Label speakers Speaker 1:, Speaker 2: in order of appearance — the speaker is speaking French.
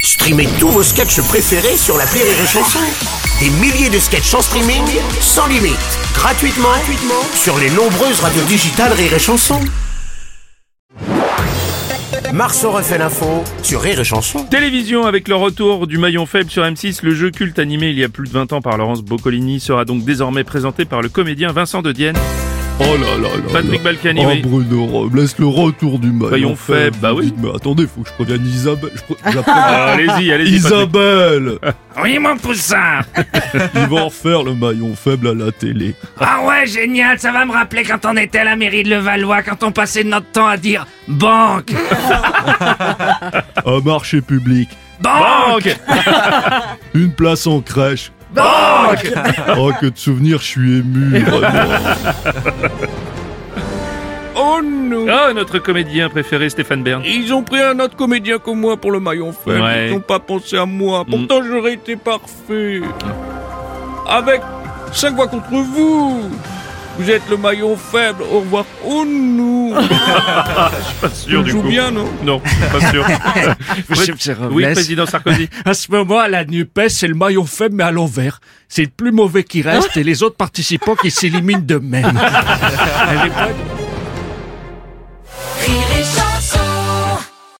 Speaker 1: Streamez tous vos sketchs préférés sur la Rire et Chanson. Des milliers de sketchs en streaming, sans limite, gratuitement, gratuitement sur les nombreuses radios digitales Rire et Chanson. Marceau refait l'info sur Rire et Chanson.
Speaker 2: Télévision avec le retour du maillon faible sur M6, le jeu culte animé il y a plus de 20 ans par Laurence Boccolini sera donc désormais présenté par le comédien Vincent De Dienne.
Speaker 3: Oh là là là
Speaker 2: Patrick
Speaker 3: là.
Speaker 2: Balkany,
Speaker 3: Oh
Speaker 2: oui.
Speaker 3: Bruno Robles, laisse le retour du maillon
Speaker 2: Soyons faibles, bah oui.
Speaker 3: Dites, Mais attendez, faut que je prévienne Isabelle. Je pré- j'appelle-
Speaker 2: Ah, allez-y, allez-y. Patrick.
Speaker 3: Isabelle
Speaker 2: Oui, mon poussin.
Speaker 3: Ils vont refaire le maillon faible à la télé.
Speaker 4: Ah ouais, génial, ça va me rappeler quand on était à la mairie de Levallois, quand on passait notre temps à dire banque,
Speaker 3: Un marché public.
Speaker 4: banque,
Speaker 2: Banque.
Speaker 3: Une place en crèche. Oh, que de souvenirs, je suis ému, vraiment.
Speaker 5: Oh non
Speaker 2: Ah, notre comédien préféré Stéphane Bern.
Speaker 5: Ils ont pris un autre comédien comme moi pour le maillon faible.
Speaker 2: Ouais.
Speaker 5: Ils n'ont pas pensé à moi.
Speaker 4: Mm.
Speaker 5: Pourtant, j'aurais été parfait. Avec 5 voix contre vous. Vous êtes le maillon faible. Au revoir. Oh non
Speaker 2: Pas sûr
Speaker 5: Il joue bien, non
Speaker 2: Non, pas sûr. oui, président Sarkozy.
Speaker 5: À ce moment, à la NUPES, c'est le maillon faible, mais à l'envers. Hein C'est le plus mauvais qui reste et les autres participants qui s'éliminent de même. Elle est bonne.